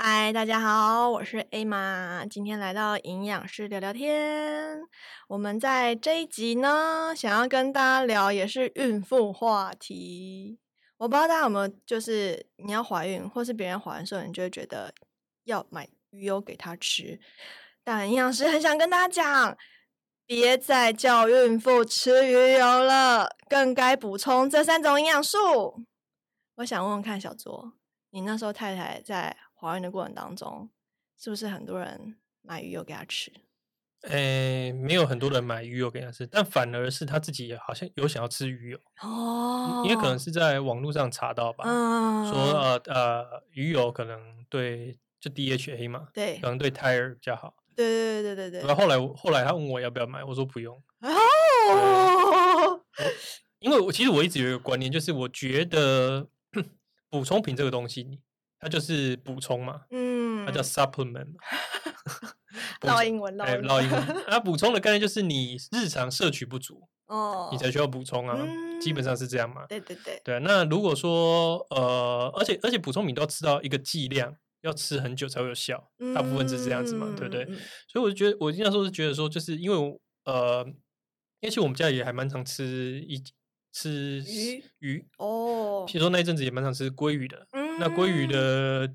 嗨，大家好，我是 A 玛，今天来到营养师聊聊天。我们在这一集呢，想要跟大家聊也是孕妇话题。我不知道大家有没有，就是你要怀孕，或是别人怀孕的时候，你就会觉得要买鱼油给她吃。但营养师很想跟大家讲，别再叫孕妇吃鱼油了，更该补充这三种营养素。我想问问看，小卓，你那时候太太在怀孕的过程当中，是不是很多人买鱼油给她吃？诶，没有很多人买鱼油给他吃，但反而是他自己好像有想要吃鱼油，哦因为可能是在网络上查到吧，嗯，说呃呃鱼油可能对就 DHA 嘛，对可能对胎儿比较好。对对对对对然后后来我后来他问我要不要买，我说不用，哦，因为我其实我一直有一个观念，就是我觉得 补充品这个东西，它就是补充嘛，嗯，它叫 supplement 嘛。补绕充英文，绕哎，英老文 英文，那补充的概念就是你日常摄取不足，哦，你才需要补充啊，基本嗯上是这样嘛。对对对，对啊，那如果说呃，而且而且补充品都要吃到一个剂量，要吃很久才会有效，大部分是这样子嘛，对不对？嗯？嗯嗯所以我就觉得，我那时候是觉得说，就是因为我呃，因为其实我们家也还蛮常吃一吃鱼鱼，哦，嗯譬如说那一阵子也蛮常吃鲑鱼的，那鲑鱼的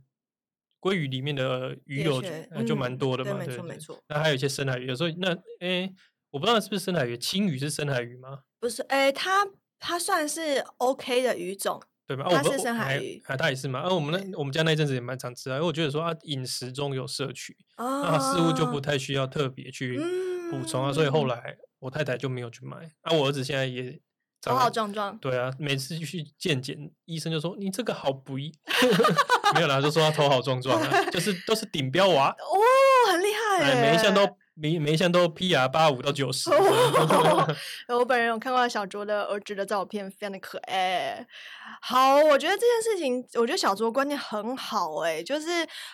鲑鱼里面的鱼油就、 DHA 呃就蛮嗯多的对嘛，没对错不没对错那还有一些深海鱼，有时候那诶、我不知道是不是深海鱼，青鱼是深海鱼吗？不是，哎，它它算是 OK 的鱼种，对吧？啊它我不是我深海哎鱼啊，它也是嘛。啊，我们那我们家那一阵子也蛮常吃啊，因为我觉得说啊，饮食中有摄取，那啊，似乎就不太需要特别去补充啊。所以后嗯来我太太就没有去买。啊，我儿子现在也头长好了。壮壮，对啊，每次去健检，医生就说你这个好不 一，没有啦，就说他头好壮壮啊，就是都是顶 标娃，哦，很厉害耶，哎，每一项 都每每一项都 PR 八五到九 十，呃我本人有看过小卓的儿子的照片，非常的可爱。好，我觉得这件事情，我觉得小卓观念很好诶、就是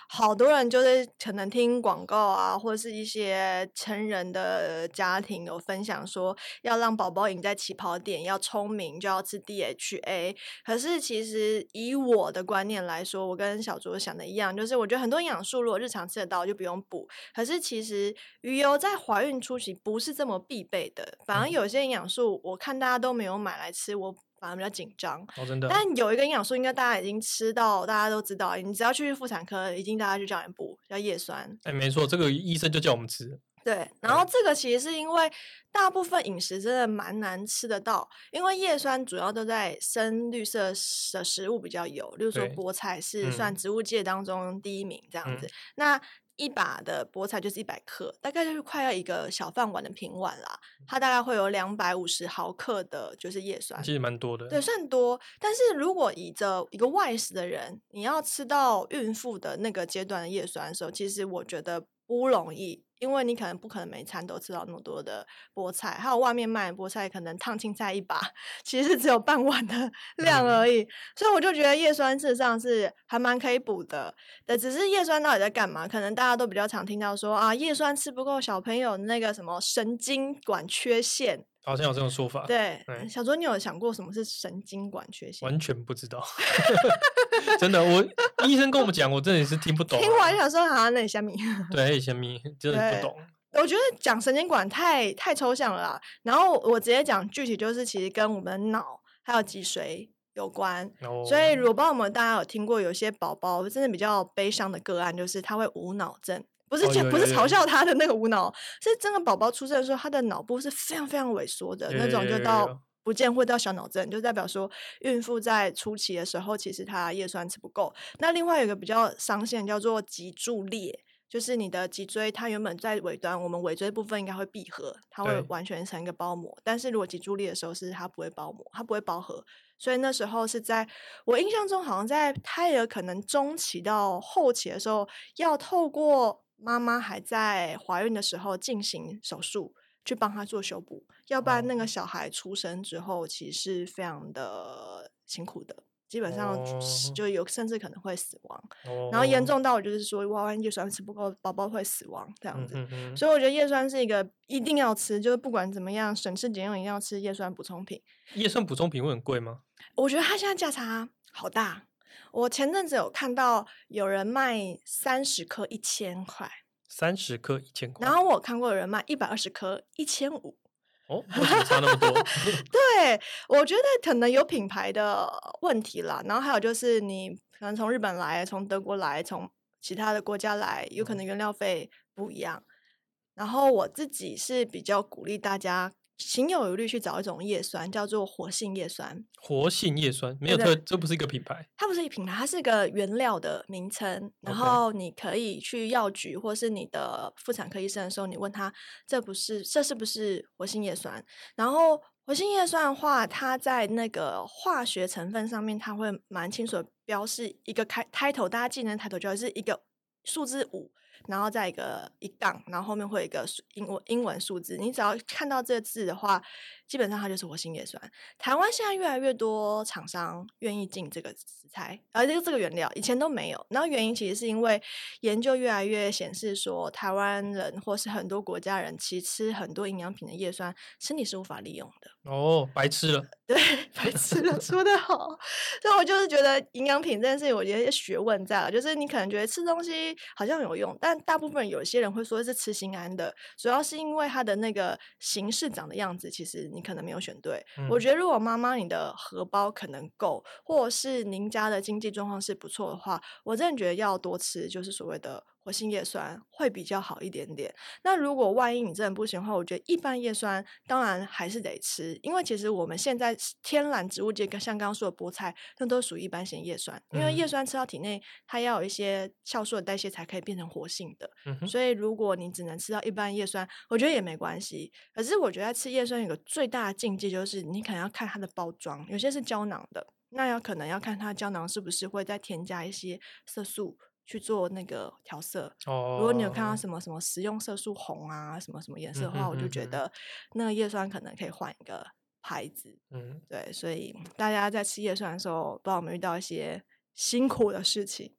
好多人就是可能听广告啊，或者是一些成人的家庭有分享说，要让宝宝赢在起跑点，要聪明就要吃 DHA。可是其实以我的观念来说，我跟小卓想的一样，就是我觉得很多营养素如果日常吃得到就不用补，可是其实鱼油在怀孕初期不是这么必备的，反而嗯有些营养素我看大家都没有买来吃，我反而比较紧张。哦，真的啊，但有一个营养素，应该大家已经吃到，大家都知道，你只要去妇产科，一定大家就叫你补，叫叶酸。哎，没错，这个医生就叫我们吃，对，然嗯后这个其实是因为大部分饮食真的蛮难吃得到，因为叶酸主要都在深绿色食的食物比较有，例如说对菠菜是算嗯植物界当中第一名这样嗯子。那一把的菠菜就是一百克，大概就是快要一个小饭碗的平碗啦，它大概会有两百五十毫克的，就是叶酸。其实蛮多的，啊对，算多。但是如果以着一个外食的人，你要吃到孕妇的那个阶段的叶酸的时候，其实我觉得不容易，因为你可能不可能每餐都吃到那么多的菠菜，还有外面卖的菠菜，可能烫青菜一把，其实只有半碗 的量嗯而已。所以我就觉得叶酸事实上是还蛮可以补的。但只是叶酸到底在干嘛？可能大家都比较常听到说啊，叶酸吃不够，小朋友那个什么神经管缺陷。好像有这种说法，对，哎小卓，你有想过什么是神经管缺陷？完全不知道， 真的，我医生跟我们讲，我真的也是听不懂啊，听完想说啊，那你下面， 对，以前迷对真的不懂，我觉得讲神经管太太抽象了啦。然后我直接讲具体，就是其实跟我们的脑还有脊髓有关。然后所以，如果不知道我们大家有听过，有些宝宝真的比较悲伤的个案，就是他会无脑症，不是哦就、有不是有嘲有笑他的那个无脑，是真的宝宝出生的时候，他的脑部是非常非常萎缩的有那有种，有就有有到不见会到小脑症，就代表说孕妇在初期的时候，其实她叶酸吃不够。那另外有一个比较伤线叫做脊柱裂。就是你的脊椎，它原本在尾端，我们尾椎部分应该会闭合，它会对完全成一个包膜。但是如果脊柱裂的时候，是它不会包膜，它不会包合，所以那时候是在我印象中，好像在胎儿可能中期到后期的时候，要透过妈妈还在怀孕的时候进行手术去帮她做修补，要不然哦那个小孩出生之后其实是非常的辛苦的，基本上就是哦就有甚至可能会死亡，哦然后严重到我就是说，哇，万一酸吃不够，宝宝会死亡这样嗯子。嗯嗯所以我觉得叶酸是一个一定要吃，就是不管怎么样，省吃俭用一定要吃叶酸补充品。叶酸补充品会很贵吗？我觉得它现在价差好大，我前阵子有看到有人卖三十颗一千块，三十颗一千块，然后我看过有人卖一百二十颗一千五。哦，为什么差那么多？ 对，我觉得可能有品牌的问题啦，然后还有就是你可能从日本来、从德国来、从其他的国家来，有可能原料费不一样。然后我自己是比较鼓励大家行有余力去找一种叶酸，叫做活性叶酸。活性叶酸没有对特，对这不是一个品牌。它不是一个品牌，它是一个原料的名称。然 OK 后你可以去药局或是你的妇产科医生的时候，你问他这不是这是不是活性叶酸？然后活性叶酸的话，它在那个化学成分上面，它会蛮清楚地标示一个开开头，大家记得抬头就好是一个数字五，然后再一个一杠，然后后面会有一个数英文英文数字。你只要看到这个字的话，基本上它就是活性叶酸。台湾现在越来越多厂商愿意进这个食材，而且这个原料以前都没有。然后原因其实是因为研究越来越显示说，台湾人或是很多国家人，其实吃很多营养品的叶酸，身体是无法利用的。 哦，白痴了。对，白痴了，说的好。所以我就是觉得营养品这件事情，我觉得学问在了，就是你可能觉得吃东西好像有用，但大部分有些人会说是吃心安的，主要是因为它的那个形式长的样子，其实你可能没有选对。我嗯觉得如果妈妈你的荷包可能够，或是您家的经济状况是不错的话，我真的觉得要多吃，就是所谓的活性叶酸会比较好一点点。那如果万一你真的不行的话，我觉得一般叶酸当然还是得吃，因为其实我们现在是天然植物界，跟像刚刚说的菠菜，那都属于一般型叶酸，因为嗯叶酸吃到体内，它要有一些酵素的代谢才可以变成活性的。嗯哼，所以如果你只能吃到一般叶酸，我觉得也没关系。可是我觉得吃叶酸有个最大的禁忌就是，你可能要看它的包装，有些是胶囊的，那要可能要看它胶囊是不是会再添加一些色素去做那个调色。哦，如果你有看到什么什么食用色素红啊，什么什么颜色的嗯话，哼我就嗯觉哼得那个叶酸可能可以换一个牌子。嗯，对，所以大家在吃叶酸的时候，不知道有没有遇到一些辛苦的事情，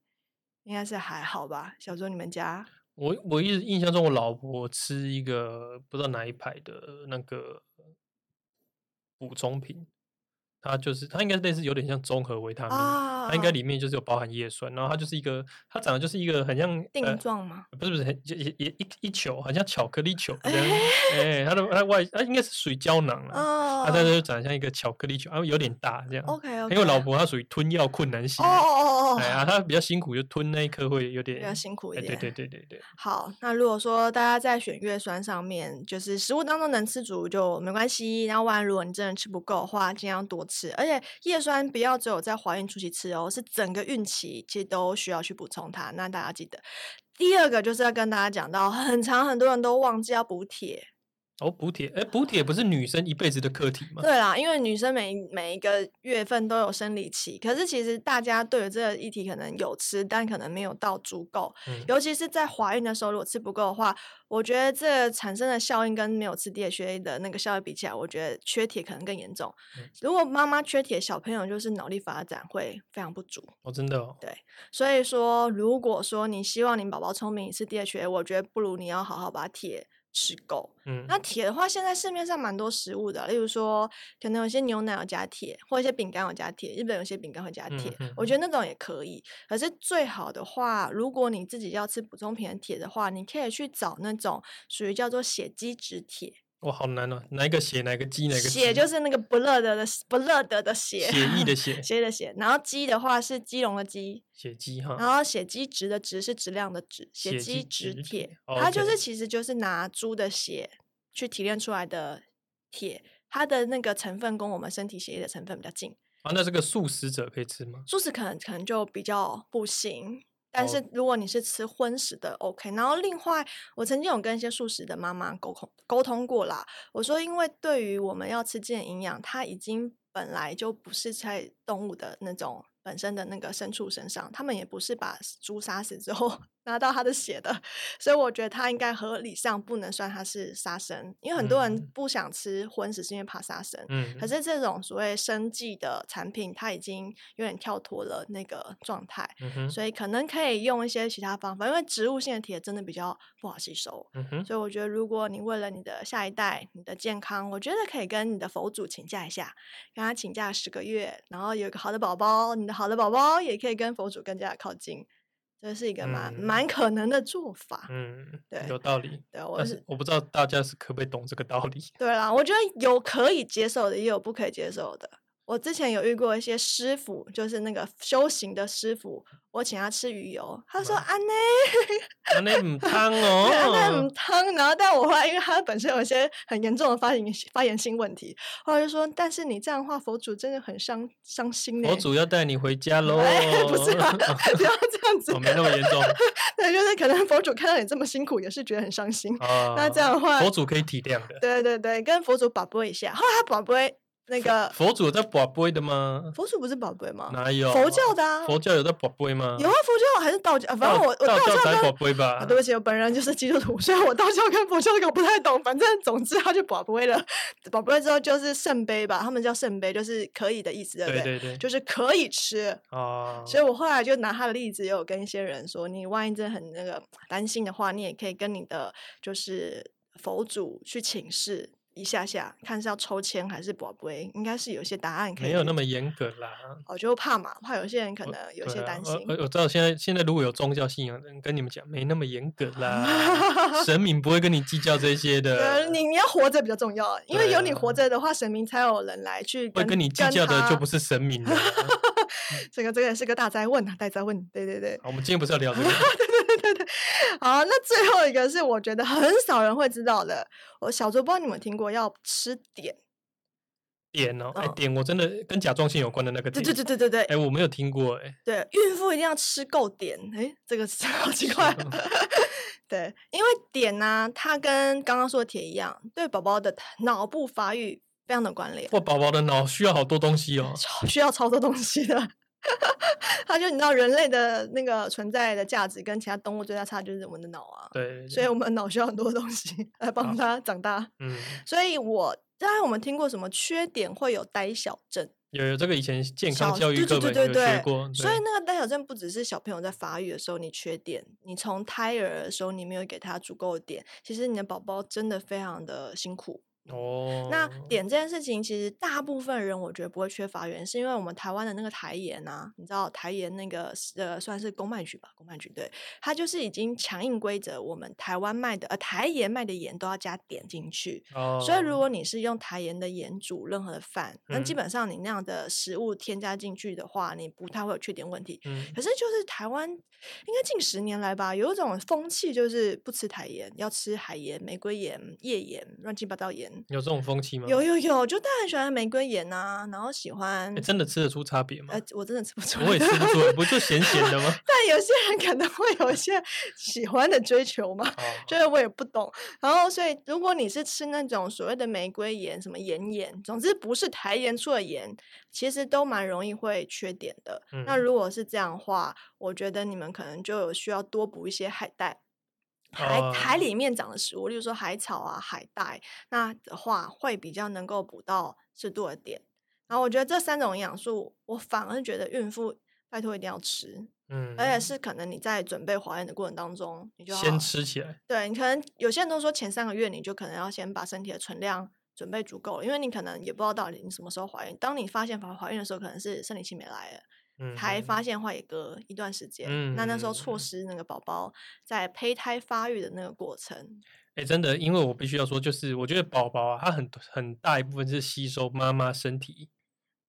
应该是还好吧？小周，你们家我我一直印象中，我老婆吃一个不知道哪一排的那个补充品，它就是它应该类似有点像综合维他命，它应该啊里面就是有包含叶酸，然后它就是一个它长得就是一个很像定呃状吗？不是不是，很也也也一一球，好像巧克力球这样。 哎、它的它外它应该是属于胶囊了，哦，它但是就长得像一个巧克力球，啊，有点大这样。 OK OK，因为老婆她属于吞药困难型哦的，哦哦哎哦，呀，她比较辛苦，就吞那一颗会有点 比较辛苦一哎，点。对对对对对，好，那如果说大家在选叶酸上面，就是食物当中能吃足就没关系。然后，万一如果你真的吃不够的话，尽量多吃。而且叶酸不要只有在怀孕初期吃哦，是整个孕期其实都需要去补充它。那大家记得。第二个就是要跟大家讲到，很长很多人都忘记要补铁。哦，补铁，哎，补铁不是女生一辈子的课题吗？对啦，因为女生每一每一个月份都有生理期，可是其实大家对于这个议题可能有吃，但可能没有到足够。嗯尤其是在怀孕的时候，如果吃不够的话，我觉得这产生的效应跟没有吃 DHA 的那个效应比起来，我觉得缺铁可能更严重。嗯如果妈妈缺铁，小朋友就是脑力发展会非常不足。哦，真的哦，所以说，如果说你希望你宝宝聪明吃 DHA，我觉得不如你要好好把铁吃够。嗯，那铁的话，现在市面上蛮多食物的，例如说，可能有些牛奶有加铁，或一些饼干有加铁，日本有些饼干会加嗯铁，嗯我觉得那种也可以。可是最好的话，如果你自己要吃补充品的铁的话，你可以去找那种属于叫做血基质铁，哇，好难哦，哪一个血，哪个鸡，哪个血鸡就是那个不乐德的不乐德的血，血液的血，血液的血，然后基的话是基隆的基，血鸡哈，然后血基质的质是质量的质，血嗯血基基质质铁铁，它就是 OK 其实就是拿猪的血去提炼出来的铁，它的那个成分跟我们身体血液的成分比较近。啊，那这个素食者可以吃吗？素食可能可能就比较不行，但是嗯哦如果你是吃荤食的，OK。然后另外，我曾经有跟一些素食的妈妈沟通沟通过啦，我说因为对于我们要吃进营养，它已经本来就不是在动物的那种。本身的那个牲畜身上，他们也不是把猪杀死之后 让拿到他的血的，所以我觉得它应该合理上不能算它是杀生，因为很多人嗯不想吃荤食是因为怕杀生。嗯，可是这种所谓生计的产品，它已经有点跳脱了那个状态，嗯哼，所以可能可以用一些其他方法，因为植物性的铁真的比较不好吸收。嗯哼，所以我觉得，如果你为了你的下一代、你的健康，我觉得可以跟你的佛祖请假一下，跟他请假十个月，然后有一个好的宝宝，你的好的宝宝也可以跟佛祖更加靠近，这是一个蛮、蛮可能的做法。嗯，对有道理。对，我但是是我不知道大家是可不可以懂这个道理。对啦，我觉得有可以接受的，也有不可以接受的。我之前有遇过一些师傅，就是那个修行的师傅，我请他吃鱼油，他说嗯安内啊那唔汤对， 那很哦，汤。然后，但我后来因为他本身有一些很严重的发炎发炎性问题，后来就说，但是你这样的话，佛祖真的很伤伤心呢。欸佛祖要带你回家喽。哎，不是啊， 不要这样子 哦，。没那么严 重对，就是可能佛祖看到你这么辛苦，也是觉得很伤心。啊。那这样的话佛祖可以体谅的。对对对，跟佛祖宝贝一下。后来他宝贝那个佛祖有在卜龟的吗？佛祖不是宝贝吗？哪有？哦佛教的啊佛教有在卜龟吗？有啊，佛教还是道教，啊反正我我道教教才跟卜龟吧啊，。对不起，我本人就是基督徒， 所以我道教跟佛教搞不太懂。反正总之，他就保杯了， 保杯之后就是圣杯吧，他们叫圣杯，就是可以的意思，对不对对对，就是可以吃。啊，所以我后来就拿他的例子，也有跟一些人说，你万一真的很那个担心的话，你也可以跟你的就是佛祖去请示一下下，看是要抽签还是保杯，应该是有一些答案可以。没有那么严格啦。我就怕嘛，怕有些人可能有对些啊担我心。我我知道现在现在如果有宗教信仰的人跟你们讲，没那么严格 啦，神明不会跟你计较这些呃，的，你你要活着比较重要，因为对有你活啊着的话，神明才有人来去会跟跟你计较的就不是是神明了啦。这个这个也是个大灾问啊，大灾问，对对对。好我们今天不是要聊 这个，好，那最后一个是我觉得很少人会知道的，我小猪不知道你们有听过要吃碘，点哦，哎嗯点，我真的跟甲状腺有关的那个对点，对对对对对、哎，我没有听过哎，对，孕妇一定要吃够碘，诶，这个是好奇是怪吗，对，因为碘呢、它跟刚刚说的铁一样，对宝宝的脑部发育非常的关联。哇，宝宝的脑需要好多东西哦，超需要超多东西的。 他就你知道人类的那个存在的价值跟其他动物最大差就是我们的脑啊，对，所以我们的脑需要很多东西来啊帮它长大。嗯，所以我当然我们听过什么缺点会有呆小症，有有这个以前健康小教育对对课对本对有对学过，所以对那个呆小症不只是小朋友在发育的时候你缺点，你从胎儿的时候你没有给他足够的点，其实你的宝宝真的非常的辛苦。哦，那碘这件事情，其实大部分人我觉得不会缺乏原因，是因为我们台湾的那个台盐啊，你知道台盐那个是呃算是公卖局吧，公卖局对，它就是已经强硬规则，我们台湾卖的呃台盐卖的盐都要加碘进去。哦，所以，如果你是用台盐的盐煮任何的饭，那基嗯本上你那样的食物添加进去的话，你不太会有缺碘问题。嗯可是，就是台湾应该近十年来吧，有一种风气，就是不吃台盐，要吃海盐、玫瑰盐、页盐、乱七八糟盐。有这种风气吗？有有有，就大家很喜欢玫瑰盐啊，然后喜欢哎，，真的吃得出差别吗呃？，我真的吃不出来，我也吃不出来，不就咸咸的吗？ 但有些人可能会有一些喜欢的追求嘛，哦这个我也不懂。然后，所以如果你是吃那种所谓的玫瑰盐、什么盐盐，总之不是台盐出的盐，其实都蛮容易会缺碘的。那嗯如果是这样的话，我觉得你们可能就有需要多补一些海带。海海哦里面长的食物，例如说海草啊、海带，那的话会比较能够补到适度的碘。然后我觉得这三种营养素，我反而觉得孕妇拜托一定要吃，嗯，而且是可能你在准备怀孕的过程当中，你就要先吃起来，对你可能有些人都说前三个月你就可能要先把身体的存量准备足够了，因为你可能也不知道到底你什么时候怀孕。当你发现怀怀孕的时候，可能是生理期没来了，嗯才哼发现的话也隔一段时间。那那时候错嗯失那个宝宝在胚胎发育的那个过程。哎、真的，因为我必须要说，就是我觉得宝宝啊，他很很大一部分是吸收妈妈身体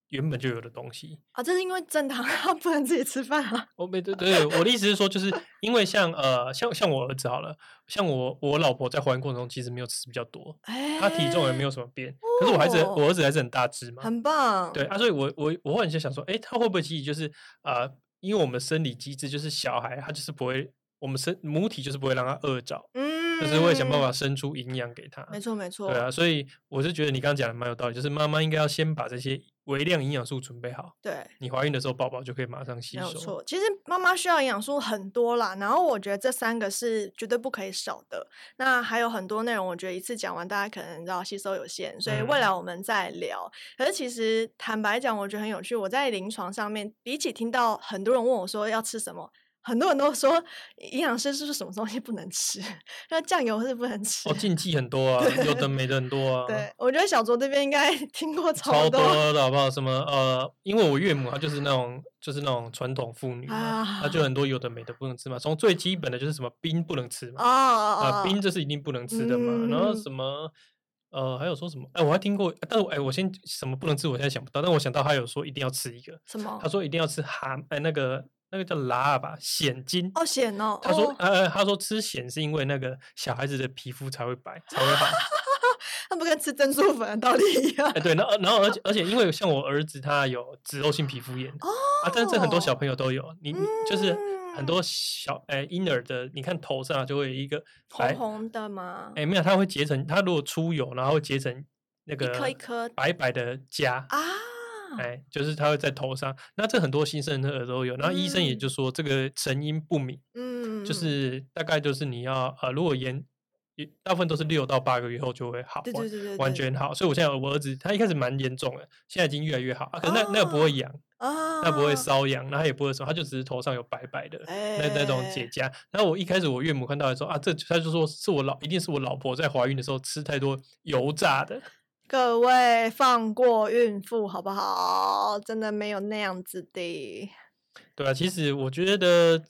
原本就有的东西。啊，这是因为正 常他不能自己吃饭啊。我没对对，我的意思是说，就是因为像呃，像像我儿子好了，像我我老婆在怀孕过程中其实没有吃比较多，哎，她体重也没有什么变，可是我孩子我儿子还是很大只嘛，很棒。对啊，所以我我我后来就想说，哎、他会不会其实就是啊、呃因为我们的生理机制就是小孩他就是不会，我们身母体就是不会让他饿着，嗯，就是会想办法生出营养给他。没错没错，对啊，所以我是觉得你刚刚讲的蛮有道理，就是妈妈应该要先把这些微量营养素准备好，对你怀孕的时候宝宝就可以马上吸没有收。错。其实妈妈需要营养素很多啦，然后我觉得这三个是绝对不可以少的。那还有很多内容，我觉得一次讲完，大家可能知道吸收有限，所以未嗯来我们再聊。可是其实坦白讲，我觉得很有趣。我在临床上面，比起听到很多人问我说要吃什么。很多人都说营养师是不是什么东西不能吃？ 那酱油是不能吃。哦，禁忌很多啊，有的没的很多啊。 对，，我觉得小卓这边应该 听过超多多的好不好？什么呃，因为我岳母她就是那种就是那种传统妇女嘛，她就啊很多有的没的不能吃嘛。从最基本的就是什么冰不能吃嘛，啊、啊冰这是一定不能吃的嘛。然后嗯什么呃，还有说什么？哎，我还听过，但是我哎，我先什么不能吃，我现在想不到，但我想到她有说一定要吃一个，什么她？说一定要吃蛤，哎，那个那个叫拉吧，蚬精。哦，咸哦。她说哦，呃，她说吃蚬是因为那个小孩子的皮肤才会白，才会好。那不跟吃珍珠粉的道理一样哎、？对，然后然后而且而且因为像我儿子他有脂漏性皮肤炎哦啊，但是很多小哦朋友都有，你你就是嗯很多小哎、婴儿的，你看头上啊就会有一个白红红的吗？哎哎、没有，它会结成，它如果出油，然后会结成那个颗一颗白白的痂。啊，哎、就是它会在头上，那这很多新生儿都有，然后医生也嗯就说这个成因不明，嗯，就是大概就是你要呃，如果严，也大部分都是六到八个月后就会好对完对对对，完对全好。所以我现在我儿子他一开始蛮严重的，现在已经越来越好。啊、可是那、那个不哦会痒，啊，那不会瘙痒，那他也不会什么，他就只是头上有白白的。那那种哎结痂，然后我一开始我岳母看到还说啊，这他就说是我老，一定是我老婆在怀孕的时候吃太多油炸的，各位放过孕妇好不好？真的没有那样子的。对啊，其实我觉得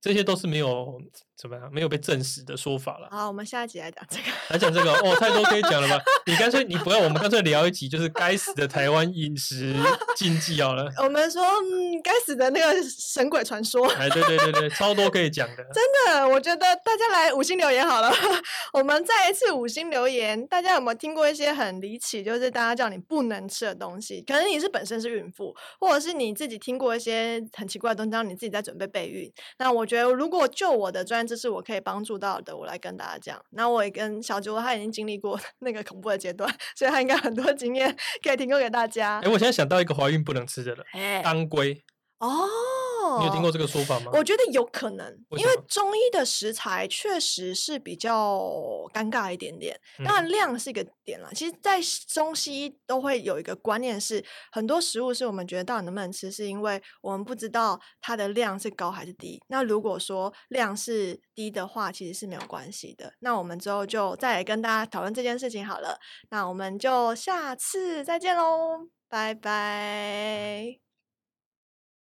这些都是没有怎么样，没有被证实的说法了。好，我们下一集来讲这个。 来讲这个哦，太多可以讲了吧？你干脆你不要，我们干脆聊一集就是该死的台湾饮食禁忌好了。我们说，嗯，该死的那个神鬼传说。哎，对对对对，超多可以讲的。 真的，我觉得大家来五星留言好了。 我们再一次五星留言，大家有没有听过一些很离奇，就是大家叫你不能吃的东西？可能你是本身是孕妇，或者是你自己听过一些很奇怪的东西，然后你自己在准备备孕。那我觉得，如果就我的专业知识，我可以帮助到的，我来跟大家讲。那我也跟小竹，他已经经历过那个恐怖的阶段，所以他应该很多经验可以提供给大家哎，。我现在想到一个怀孕不能吃的了，哎、当归，哦，你有听过这个说法吗？我觉得有可能，为因什为么中医的食材确实是比较尴尬一点点，嗯当然量是一个点啦。其实，在西中西医都会有一个观念是，很多食物是我们觉得到底能不能吃，是因为我们不知道它的量是高还是低。那如果说量是低的话，其实是没有关系的。那我们之后就再来跟大家讨论这件事情好了。那我们就下次再见喽，拜拜。